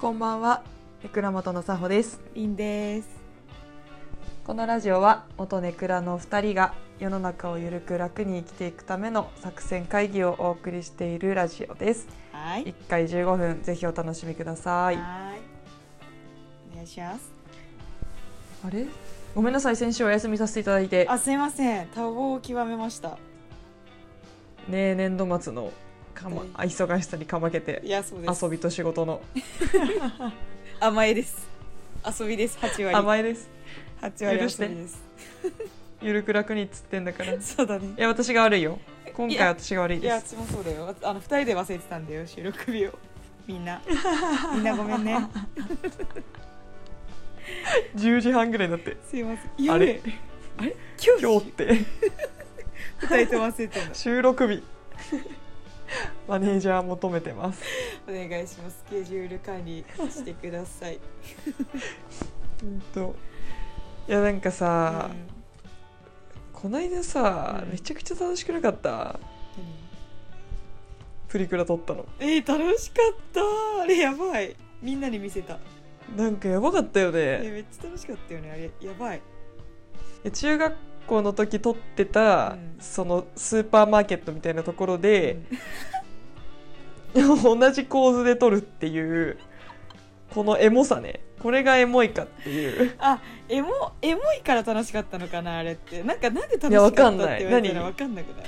こんばんは蔵元のさほですインです。このラジオは元ネクラの2人が世の中をゆるく楽に生きていくための作戦会議をお送りしているラジオですは1い。回15分ぜひお楽しみくださいはーい。お願いします。あれごめんなさい先週お休みさせていただいてあ、すいません。多忙を極めました。ね年度末のか、ま、あ忙しさにかまけいてや、そうです。遊びと仕事の甘えです。遊びです。八割。甘えです八割許して遊びです。ゆるく楽にっつってんだからいそうだね。や私が悪いよ今い回や私が悪いいでや、す私もそうだよ。あの二人で忘れてたんだよ。収録日を。み んな。みんなごめんね。 10時半ぐらいになってすいません。あれやべえあれ今日今日って二人とも忘れてんだ。収録日マネージャー求めてますお願いします。スケジュール管理してください。うんといやなんかさ、うんこないださ、うんめちゃくちゃ楽しくなかった何プリクラ撮ったのえー、楽しかったあれやばいみんなに見せたなんかやばかったよえーねめっちゃ楽しかったよねあれやばいいや中学校の時撮ってた、うんそのスーパーマーケットみたいなところで、 同じ構図で撮るっていうこのエモさねこれがエモいかって いうあエモエモいから楽しかったのかなあれってなんかなんで楽いやわしかかっんたっないて言われたら何わかんなくない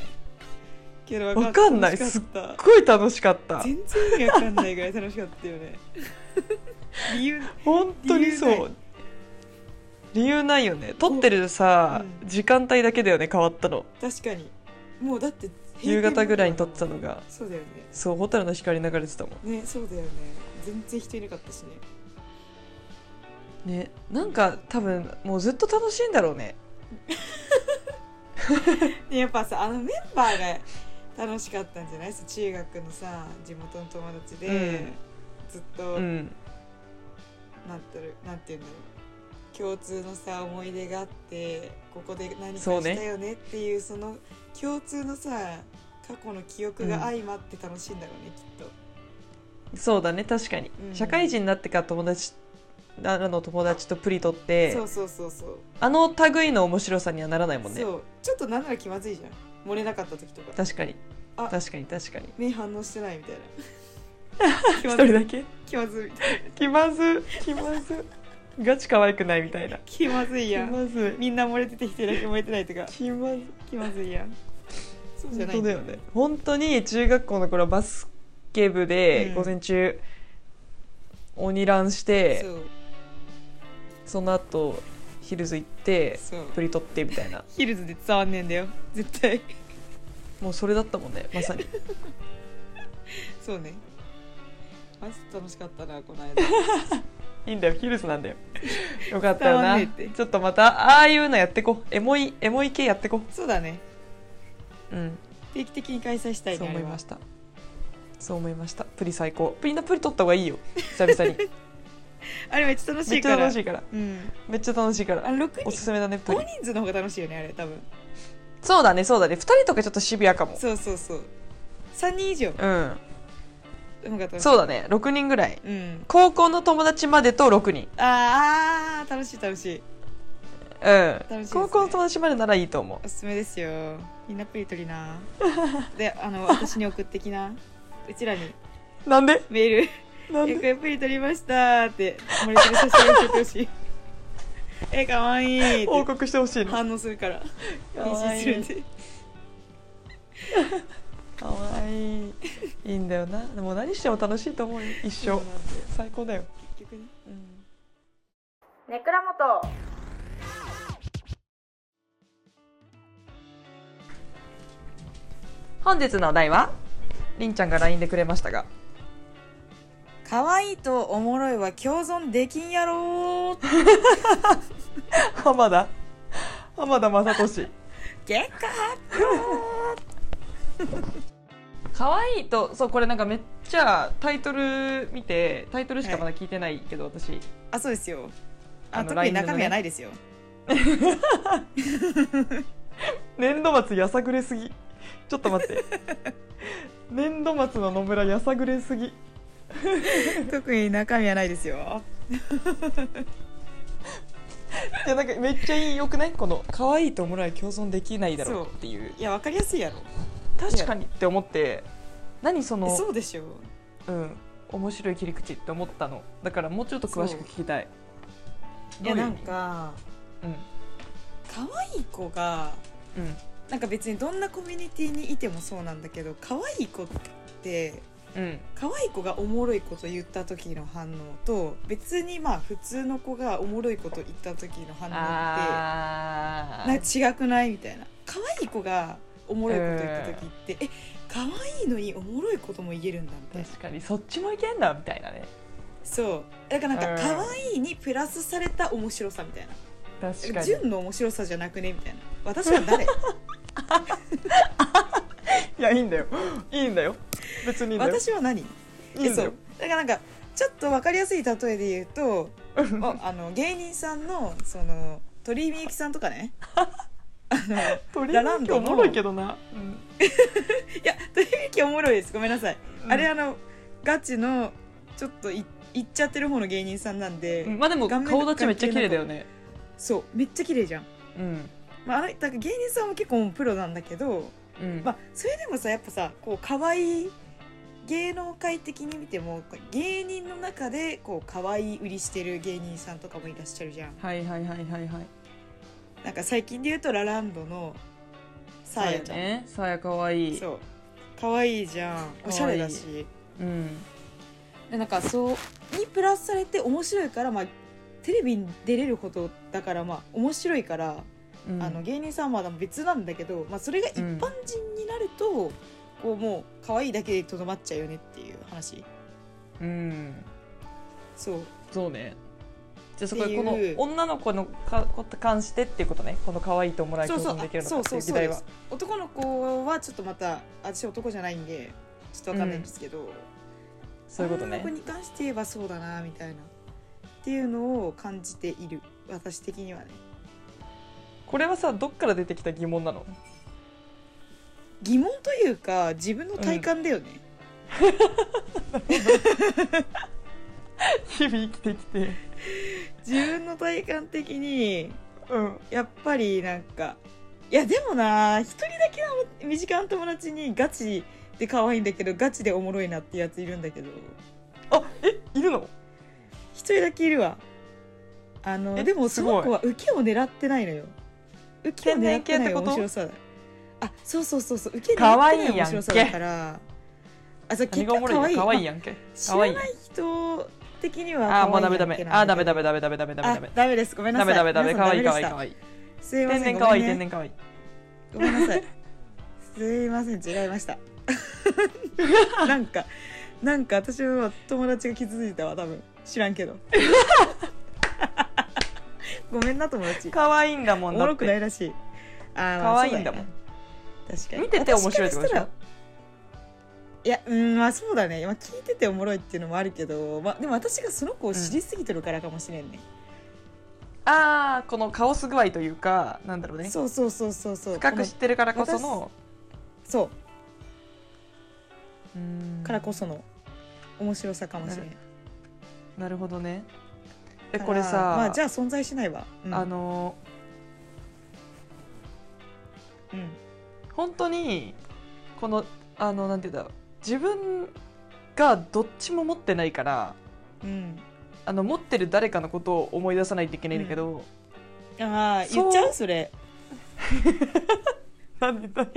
けどわかんない楽しかったすっごい楽しかった全然意味わかんないぐらい楽しかったよ ね理由本当に理由そなう理由ないよね撮ってるさ、うん時間帯だけだよね変わったの確かにもうだって夕方ぐらいに撮ってたのがそうだよそう蛍の光流れてたもねねそうだよね全然人いなかったしねんねなんか多分もうずっと楽しいんだろうねでやっぱさあのメンバーが楽しかったんじゃないそう中学のさ地元の友達で、うんずっと、うんなんてるなんていうんだろう共通のさ思い出があってここで何かそうしねたよねっていうその共通のさ過去の記憶が相まって楽しいんだろうね、きっそうだね確かに、うん社会人になってから友達あの友達とプリ撮っとてそうそうそうそう、あの類の面白さにはならないもんねそうちょっとなんなら気まずいじゃん漏れなかった時とか確かにあ確かに確かに目反応してないみたいな一気 まず人いだけ気まずいみたいな気まず気まずガチ可愛くないみたいな気まずい気やんまずいみんな漏れてて一人だけ漏れてないとか気まずい気まずいやんそうじ本ゃない当んだよね本当に中学校の頃はバスケ部でうん午前中鬼ランして、そうその後ヒルズ行ってそうプリ取ってみたいなヒルズで伝わんねえんだよ絶対もうそれだったもんねまさにそうねマジ楽しかったなこの間いいんだよヒルズなんだよ よかったよ伝わなんねえってちょっとまたああいうのやってこエモいエモい系やってこ そうだねうん定期的に開催したいねそう思いあれはましたそう思いましたプリ最高プリなプリ取った方がいいよ久々 にあれめっちゃ楽しめっいちゃから楽しいからうんめっちゃ楽しいかあらの6お人すすめだねプリ大人数の方が楽しいよねあれ多分そうだねそうだね2人とかちょっとシビアかもそうそうそう3人以上うんの方が楽しいそうだね6人ぐらいうん高校の友達までと6人あーあー楽しい楽しいうん、しいですね高校の友達までならいいと思おすすめですよみんなプリ取 りなであの私に送ってきなうちらにうなんでメールなんよくでやっぱり撮りましたって漏れてる写真見せて ほしいえかわいいっ報て告してほしい の反応するからかわ返い信いするんでかわいいいいんだよなでも何しても楽しいと思うよ一そ生うなんだよ最高だよ結局ねネクラ元本日のお題はりんちゃんが LINE でくれましたが 可愛いとおもろいは共存できんやろー浜田浜田雅俊結果可愛いとそうこれなんかめっちゃタイトル見てタイトルしかまだ聞いてないけど、私あそうですよああの特に LINE のね中身はないですよ、年度末やさぐれすぎちょっと待って年度末の野村やさぐれすぎ 特に中身はないですよいやなんかめっちゃいいよくないこの可愛いと思わない共存できないだろうっていういやわかりやすいやろ確かにって思って何そのえそうでしょうん面白い切り口って思ったのだからもうちょっと詳しく聞きたいいやどうなうん意味か可愛い子がうんうんなんか別にどんなコミュニティにいてもそうなんだけど可愛い子ってうん可愛い子がおもろいこと言った時の反応と別にまあ普通の子がおもろいこと言った時の反応っあてーなんか違くないみたいな可愛い子がおもろいこと言った時って、え可愛いのにおもろいことも言えるんだみたいな確かにそっちもいけんだみたいなねそうだからなんかうん可愛いにプラスされた面白さみたいな確かにい純の面白さじゃなくねみたいな私は 誰やいいんだよいいんだよ別にいいんだよ私は何いいんだそようだからなんかちょっと分かりやすい例えで言うとああの芸人さんのその鳥居みゆきさんとかねあのい鳥ラランドおのもろいけどな、うんや鳥居みゆきおもろいですごめんなさい、うんあれあのガチのちょっといいっちゃってる方の芸人さんなんで、うんまあでも顔面の顔立ちめっちゃ綺麗だよねそうめっちゃ綺麗じゃん、うんまあ、あのだから芸人さんも結構もうプロなんだけど、うんまあ、それでもさやっぱさこう可愛い芸能界的に見てもこう芸人の中でこう可愛い売りしてる芸人さんとかもいらっしゃるじゃんはいはいはいはいはいなんか最近で言うとラランドのさあやちゃん、ねさやかわいいそう可愛いじゃんおしゃれだ可しうんでなんかそうにプラスされて面白いからまあテレビに出れることだからまあ面白いから、うんあの芸人さんはまだ別なんだけど、まあ、それが一般人になると、こうもう可愛いだけでとどまっちゃうよねっていう話うんそうそうねじゃあそこっでてこのいう女の子のかこと関してっていうことねこの可愛いともらいそう共そう存あできるのかそうってそいうう議そう題ではす男の子はちょっとまた私男じゃないんでちょっとわかんないんですけど、そういうこと女ねの子に関して言えばそうだなみたいなっていうのを感じている私的にはねこれはさどっから出てきた疑問なの疑問というか自分の体感だよね、日々生きてきて自分の体感的にうんやっぱりなんかいやでもな一人だけの身近な友達にガチで可愛いんだけどガチでおもろいなってやついるんだけどあえいるの一人だけいるわあのえでもすそごいの子は受けを狙ってないのよ受けを狙ってない面白さだあそうそうそうそう受け狙ってない面白さだからあそう結何がおも局ろ可愛いいの可愛いまやんけあ可愛いやん知らない人的にはあーもう可ダ愛メいダなっメてなんだけどあーダメダメダメダメダメダメダメあダメですごめんなダさメいダメダメ皆さ可ん愛い可愛いダメでした可愛いすいませ天ん然可愛いごめん天然可愛いねごめ んなさいすいません違いました なんかなんか私は友達が気づいたわ多分知ら んけどごめんな友達可愛いんだもおんもだろっくないてらしいあーまあ可愛いんだもんそうだね確かに見てて面白いってことでしょ私からしたらいやうんまあそうだね、まあ、聞いてておもろいっていうのもあるけど、まあ、でも私がその子を知りすぎてるからかもしれんね、あーこのカオス具合というかなんだろうねそうそうそうそうそう深く知ってるからこそこのそうーんうからこその面白さかもしれない、なるほどねえだこかれらさ、まあ、じゃあ存在しないわ、うんあのうん本当にこのあのなんて言うんだろう自分がどっちも持ってないからうんあの持ってる誰かのことを思い出さないといけないんだけど、ああそう言っちゃうそれなんでだど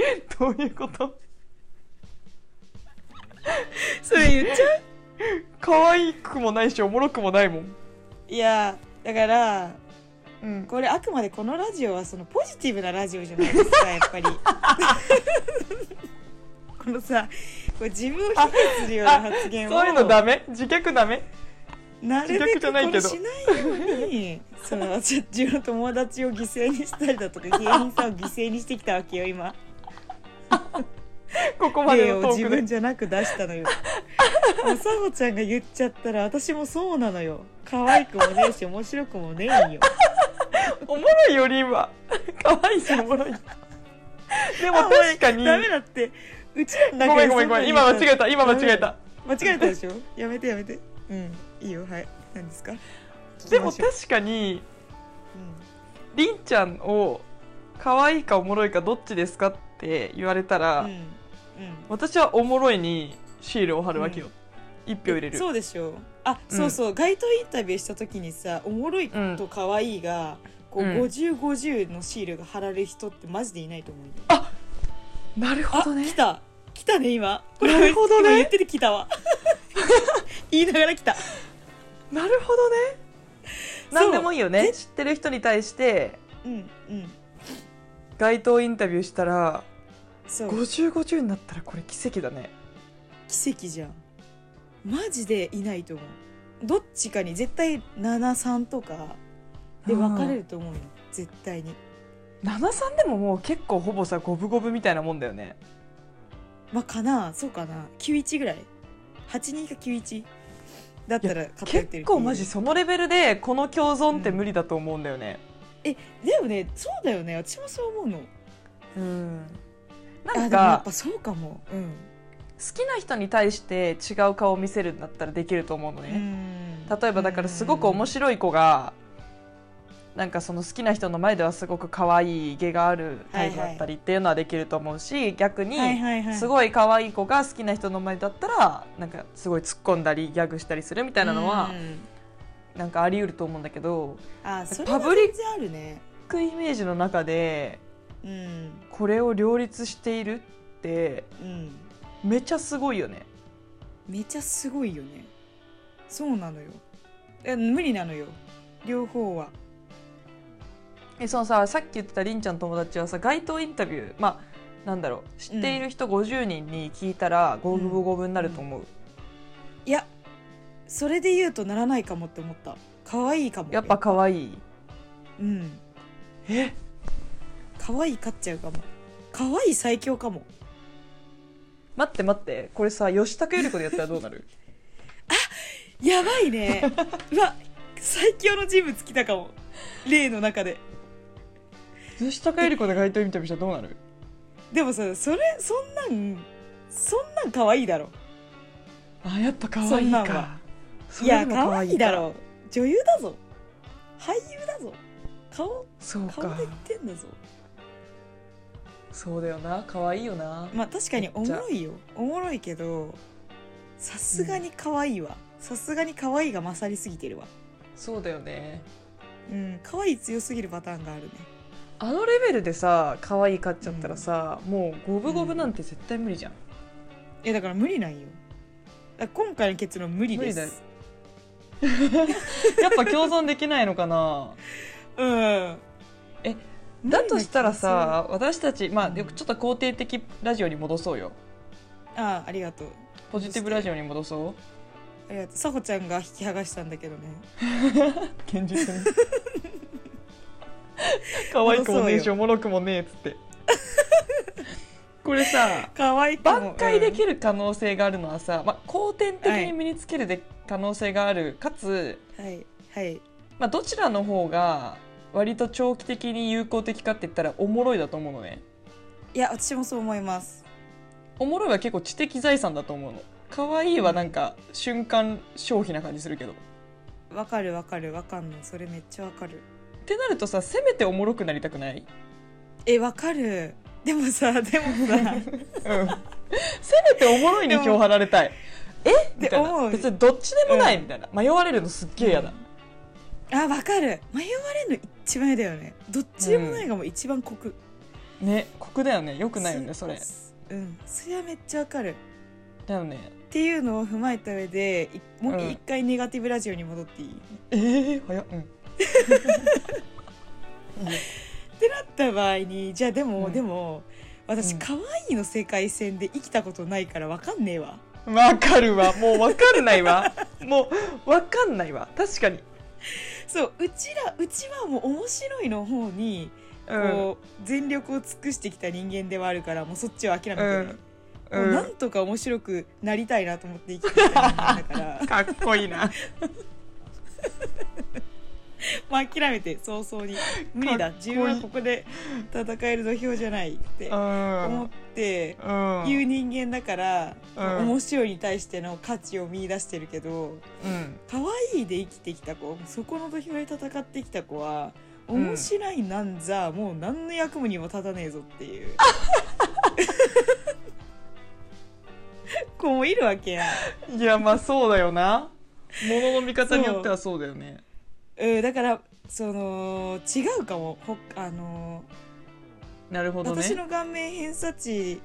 ういうことそれ言っちゃう可愛くもないしおもろくもないもん、いやだからうん、これあくまでこのラジオはそのポジティブなラジオじゃないですかやっ ぱりこのさこう自分を卑下するような発言をそういうのダメ自虐ダメなるべ自虐くじこゃないけれどしないようにそのちょ自分の友達を犠牲にしたり だとか芸人さんを犠牲にしてきたわけよ今ここまで例をのトー自クで分じゃなく出したのよおさほちゃんが言っちゃったら私もそうなのよ可愛くもねえし面白くもねえよおもろいよりは可愛いしおもろいでも確かにダメだってうちらのご中めでんごめんごめん今間違えた今間違えた間違えたでしょやめてやめてうんいいよはい何ですかでも聞きましょう確かにうんりんちゃんを可愛いかおもろいかどっちですかって言われたら、うんうん私はおもろいにシールを貼るわけよ、一票入れるそうでしょあ、そうそう街頭インタビューした時にさおもろいと可愛いが、こううん5050のシールが貼られる人ってマジでいないと思うよ、なるあほどね来た来たね今こなれるほどね今言ってて来 たわ言いながら来たなるほどねそう何でもいいよね知ってる人に対してうんうん街頭インタビューしたらそう5050になったらこれ奇跡だね奇跡じゃんマジでいないと思うどっちかに絶対73とかで分かれると思うよ絶対に73でももう結構ほぼさ五分五分みたいなもんだよねまあかなそうかな91ぐらい82か91だったら偏ってる結構マジでそのレベルでこの共存って無理だと思うんだよねもねそうだよね私もそう思うのうん、なんあでもやかっぱそうかもうん好きな人に対して違う顔を見せるんだったらできると思うのね、例えばだからすごく面い白い子がなんかその好きな人の前ではすごく可愛い毛があるタイプだったりっていうのはできると思うし、逆にはいはいはいすごい可愛い子が好きな人の前だったらなんかすごい突っ込んだりギャグしたりするみたいなのはうんなんかあり得ると思うんだけどあそれパはブリ全然あるねックイメージの中でうんこれを両立しているってうんめちゃすごいよね。めちゃすごいよねそうなのよえ無理なのよ両方はえそのささっき言ってたりんちゃんの友達はさ街頭インタビューまあなんだろう知っている人50人に聞いたら五分五分になると思う、いやそれで言うとならないかもって思った可愛いかもやっぱ可愛いうんえ可愛い勝っちゃうかも可愛い最強かも待って待ってこれさ吉高由里子でやったらどうなるやばいね うわ最強の人物来たかも例の中で 吉高由里子で街頭インタビューしたらどうなるでもさそれそんなんそんなん可愛いだろあやっぱ可そ愛んいなんかはそいれやでも可愛いかだろ女優だぞ俳優だぞ顔そう顔でか言ってんだぞそうだよな可愛いよな、まあ確かにおもろいよおもろいけどさすがに可愛いわさすがに可愛いが勝りすぎてるわそうだよねうん可愛い強すぎるパターンがあるねあのレベルでさ可愛い買っちゃったらさ、もう五分五分なんて絶対無理 じゃん、えだから無理なんよだから今回の結論無理です無理やっぱ共存できないのかなうんえ無理な気がするだとしたらさ私たち、まあ、うんよくちょっと肯定的ラジオに戻そうよあありがとうポジティブラジオに戻そうありがとうさほちゃんが引き剥がしたんだけどね 現実に可愛くもねえ戻そうしよおもろくもねえっつってこれさ可愛いかも挽回できる可能性があるのはさ、まあ、後天的に身につけるで可能性がある、かつ、うんはいはいまあ、どちらの方が割と長期的に有効的かって言ったらおもろいだと思うのねいや私もそう思いますおもろいは結構知的財産だと思うの可愛いはなんか瞬間消費な感じするけどわかるわかるわかんのそれめっちゃわかるってなるとさせめておもろくなりたくない、えわかるでも さでもさうん、せめておもろいに票貼られたいえみたいで思なう別にどっちでもない、うんみたいな迷われるのすっげえ嫌だ、あわかる迷われるの一番嫌だよねどっちでもないがもう一番酷、ね酷だよねよくないよねそれうんそれはめっちゃわかるだよねっていうのを踏まえた上でいもううん一回ネガティブラジオに戻っていい、っえー、早っうんいいよてなった場合にじゃあでも、うんでも私うん可愛いの世界線で生きたことないからわかんねえわわかるわもうわかんないわもうわかんないわ確かに、そううちらうちはもう面白いの方にうんこう、全力を尽くしてきた人間ではあるからもうそっちは諦めてうねん、もううなんんとか面白くなりたいなと思 って生きてきた人間だからかっこいいなまあ諦めて早々に無理かっだこいい自分はここで戦える土俵じゃないって思ってうんいう人間だから、うん面白いに対しての価値を見出してるけどうん可愛いで生きてきた子そこの土俵で戦ってきた子はうん面白いなんざ、もう何の役務にも立たねえぞっていう子もいるわけやん。いやまあそうだよなものの見方によってはそうだよねうん、だからその違うかもほあのなるほどね私の顔面偏差値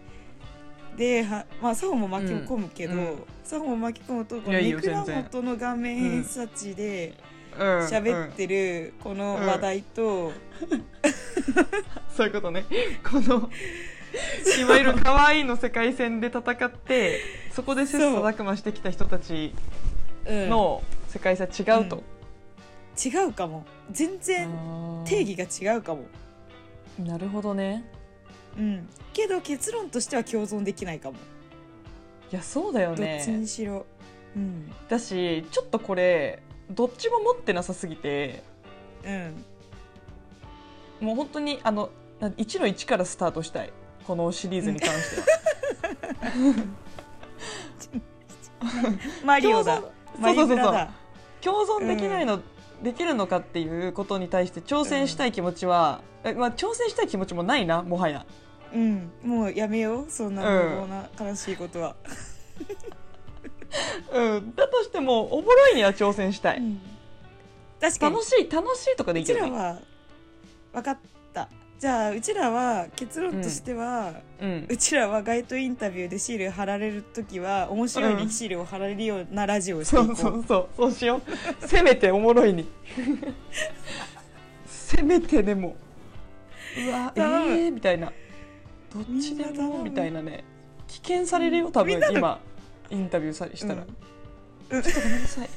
ではまあサホも巻き込むけど、うサんうホんも巻き込むとこいやのいいネよクラ全然モトの顔面偏差値で喋喋ってるこの話題と、そういうことねこのいわゆる可愛いの世界線で戦ってそこで切磋琢磨してきた人たちうんの世界線は違うと、違うかも全然定義が違うかも、なるほどねうん、けど結論としては共存できないかも、いやそうだよどっちねにしろ、うんだしちょっとこれどっちも持ってなさすぎてうん、もう本当にあのな1の1からスタートしたいこのシリーズに関しては。マリオだ共存マリそうオそうそうそうだ共存できないの、できるのかっていうことに対して挑戦したい気持ちは、えまあ、挑戦したい気持ちもないなもはやうん、もうやめようそんな無謀な悲しいことは、うん、だとしてもおもろいには挑戦したい、うん確かに楽しい楽しいとかでいういけちどらねは分かったじゃあうちらは結論としては、うんうちらは街頭インタビューでシール貼られる時は面白いにシールを貼られるようなラジオをしていそこう、うそうそうそうしようせめておもろいに せめてでもうわえ頼むー、みたいなどっちでみんな頼もむみたいなね危険されるよ多分みんなの今インタビューさしたら、うんごめんなさい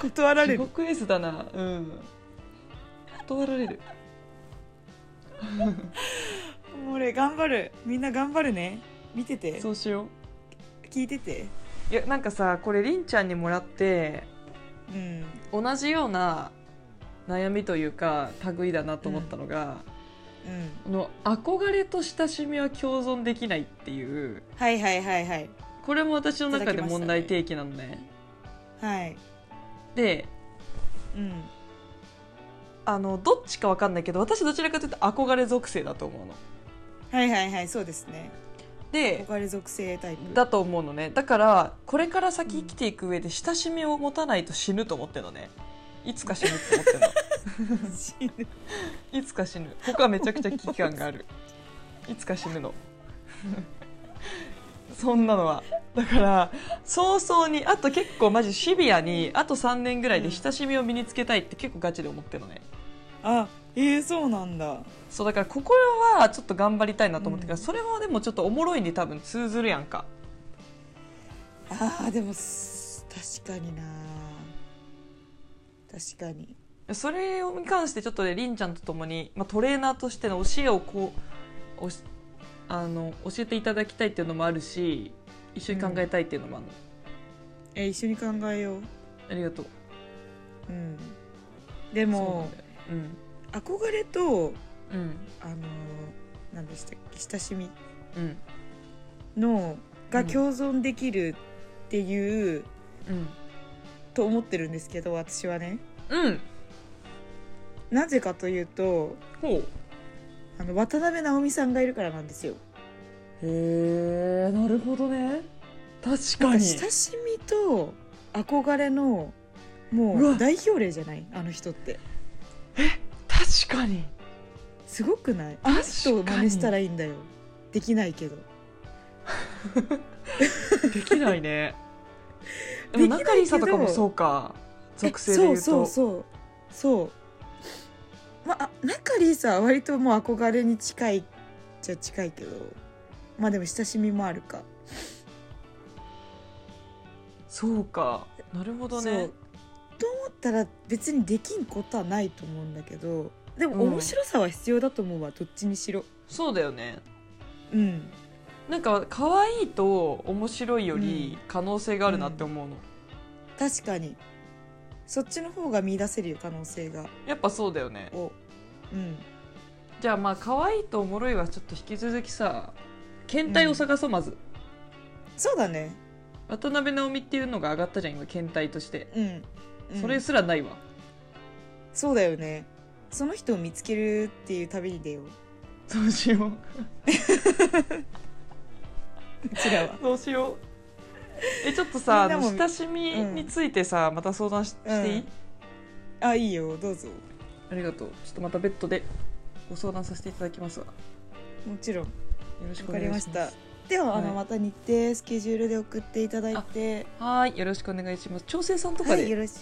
断られ地る獄絵図だなうん断られる俺頑張るみんな頑張るね見ててそうしよ聞いててういやなんかさこれりんちゃんにもらってうん同じような悩みというか類だなと思ったのが、うんこの憧れと親しみは共存できないっていうはいはいはいはいこれも私の中いでただきましたね問題提起なのねはいでうんあのどっちかわかんないけど私どちらかというと憧れ属性だと思うのはいはいはいそうですねで憧れ属性タイプだと思うのねだからこれから先生きていく上で親しみを持たないと死ぬと思ってるのねいつか死ぬって思ってるの死ぬいつか死ぬここはめちゃくちゃ危機感があるいつか死ぬの そんなのはだから早々にあと結構マジシビアにあと3年ぐらいで親しみを身につけたいって結構ガチで思ってるのねあえー、そうなんだそうだからここはちょっと頑張りたいなと思ってから、うんそれもでもちょっとおもろいに多分通ずるやんかあーでもす確かにな確かにそれに関してちょっとねりんちゃんと共に、まあ、トレーナーとしての教えをこうおしあの教えていただきたいっていうのもあるし一緒に考えたいっていうのもあるの、え一緒に考えようありがとううんでもそうなんだよ憧れとうんうんあのー何でしたっけ親しみうんのが共存できるっていう、うんと思ってるんですけど私はねうんなぜかというとほうあの渡辺直美さんがいるからなんですよへえなるほどね確なんかかに親しみと憧れのもうわう代表例じゃないあの人って確かにすごくないあの人を確かに真似したらいいんだよできないけどできない ねでもできないけど中里さんとかもそうか属性で言うえとそうそうそうそうまああ中里さんは割ともう憧れに近いじゃ近いけどまあでも親しみもあるかそうかなるほどそねうと思ったら別にできんことはないと思うんだけどでうんも面白さは必要だと思うわ、どっちにしろそうだよねうんなんか可愛いと面白いより可能性があるなって思うの、確かにそっちの方が見出せるよ可能性がやっぱそうだよねをうんじゃあまあ可愛いとおもろいはちょっと引き続きさ検体を探そうまず、そうだね渡辺直美っていうのが上がったじゃん今検体として、うん、うんそれすらないわそうだよねその人を見つけるっていう旅に出ようそうしよううちらは そうしよう えちょっとさあみんなのも親しみについてさ、また相談ししていい、うんあいいよどうぞありがとうちょっとまた別途でご相談させていただきますわよもちろんろしくわおか願いりしまますしたでは、あはいのまた日程スケジュールで送っていただいてはーいよろしくお願いします調整さんとかはで、いよろし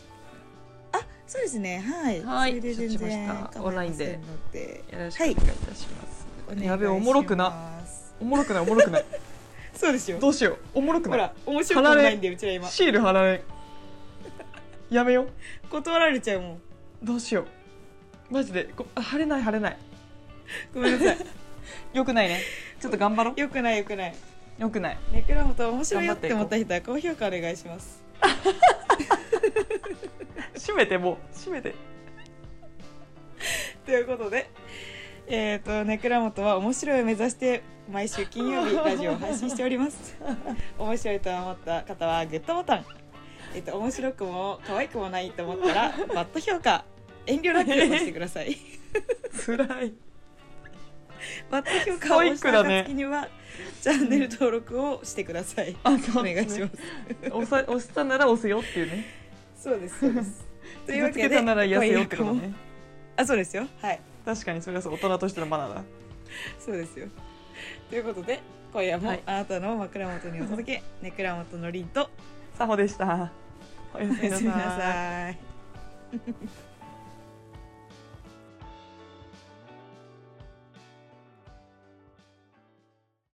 あそうですねはいはいそれで全承知し然ました構いませんのよろしくお願いはいいたします、お願いしますやべえおもろくなおもろくないおもろく ないそうですよどうしようおもろくなほいら面白くもないんでうちら今シール貼られんやめよう断られちゃうもんどうしようマジでごあ貼れない貼れないごめんなさよくないねちょっと頑張ろ いよくないよくないうよくないネクラモト面白いよっ頑張っていてこう思った人は高評価お願いします閉めてもう閉めてということでえっ、とネクラモトは面白いを目指して毎週金曜 日ラジオを配信しております面白いと思った方はグッドボタンえっ、と面白くも可愛くもないと思っ たらバッド評価遠慮なく押してくださいつらいバッド評価を押した暁には、チャンネル登録をしてくださいあおそう願いしでますすね押さ押したなら押せよっていうねそうですそうです。 という傷わつけけたでなら痩せよってこと今夜もねあそうですよはい確かにそれはそう大人としてのマナーだそうですよ。ということで今夜もはいあなたの枕元にお届 け、ネクラ元のりんとサホでしたおやすおみやなすみなさいさい。